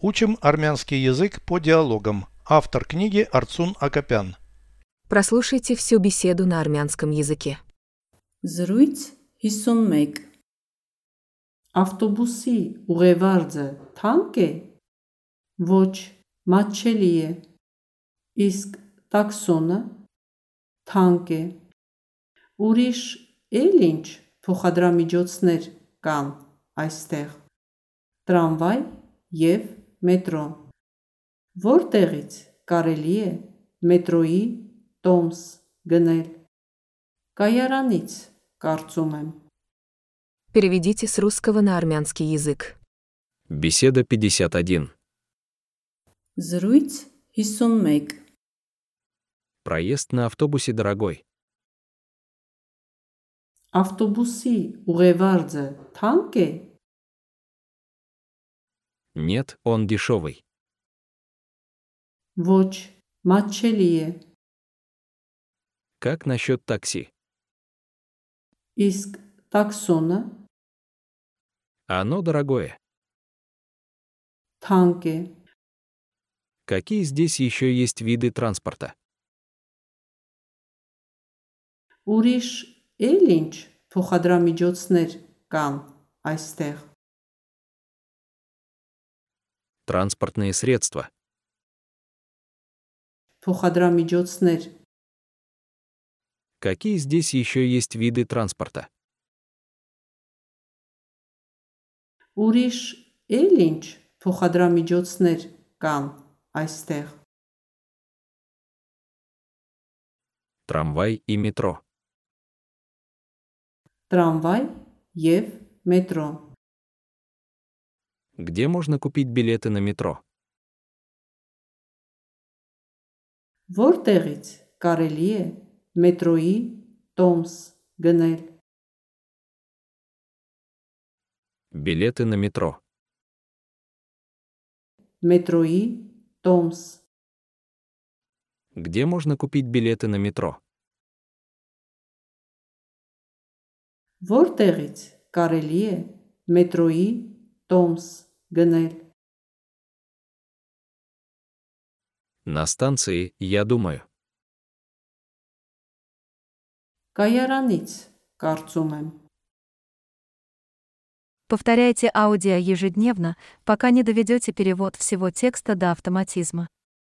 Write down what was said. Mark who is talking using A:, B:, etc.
A: Учим армянский язык по диалогам. Автор книги Арцун Акопян.
B: Прослушайте всю беседу на армянском языке.
C: Զրույց 51 Ավտոբուսի ուղևարձը թանկ է։ Ոչ, մատչելի է։ Իսկ տաքսոնը թանկ է։ Ուրիշ էլ ինչ փոխադրամիջոցներ կան այստեղ։ Տրամվայ եւ մետրո։ Որտեղից կարելի է մետրոյի տոմս գնել։ Կայարանից, կարծում եմ։
B: Переведите с русского на армянский язык.
D: Беседа 51.
C: Զրույց 51
D: Проезд на автобусе дорогой.
C: Ավտոբուսի ուղևարձը թանկ է։
D: Нет, он дешевый.
C: Ոչ, մատչելի է։
D: Как насчет такси?
C: Իսկ տաքսոնը
D: А Оно дорогое.
C: թանկ է։
D: Какие здесь еще есть виды транспорта?
C: Ուրիշ էլ ինչ փոխադրամիջոցներ կան այստեղ։
D: Транспортные средства.
C: Փոխադրամիջոցներ
D: Какие здесь еще есть виды транспорта?
C: ուրիշ էլ ինչ փոխադրամիջոցներ կան այստեղ։
D: Трамвай и метро.
C: Տրամվայ եւ մետրո։
D: Где можно купить билеты на метро?
C: Որտեղից կարելի է մետրոյի տոմս գնել։
D: Билеты на метро.
C: Մետրոյի տոմս
D: Где можно купить билеты на метро?
C: Որտեղից կարելի է մետրոյի տոմս գնել։
D: На станции, я думаю.
C: Կայարանից, կարծում եմ։
E: Повторяйте аудио ежедневно, пока не доведете перевод всего текста до автоматизма.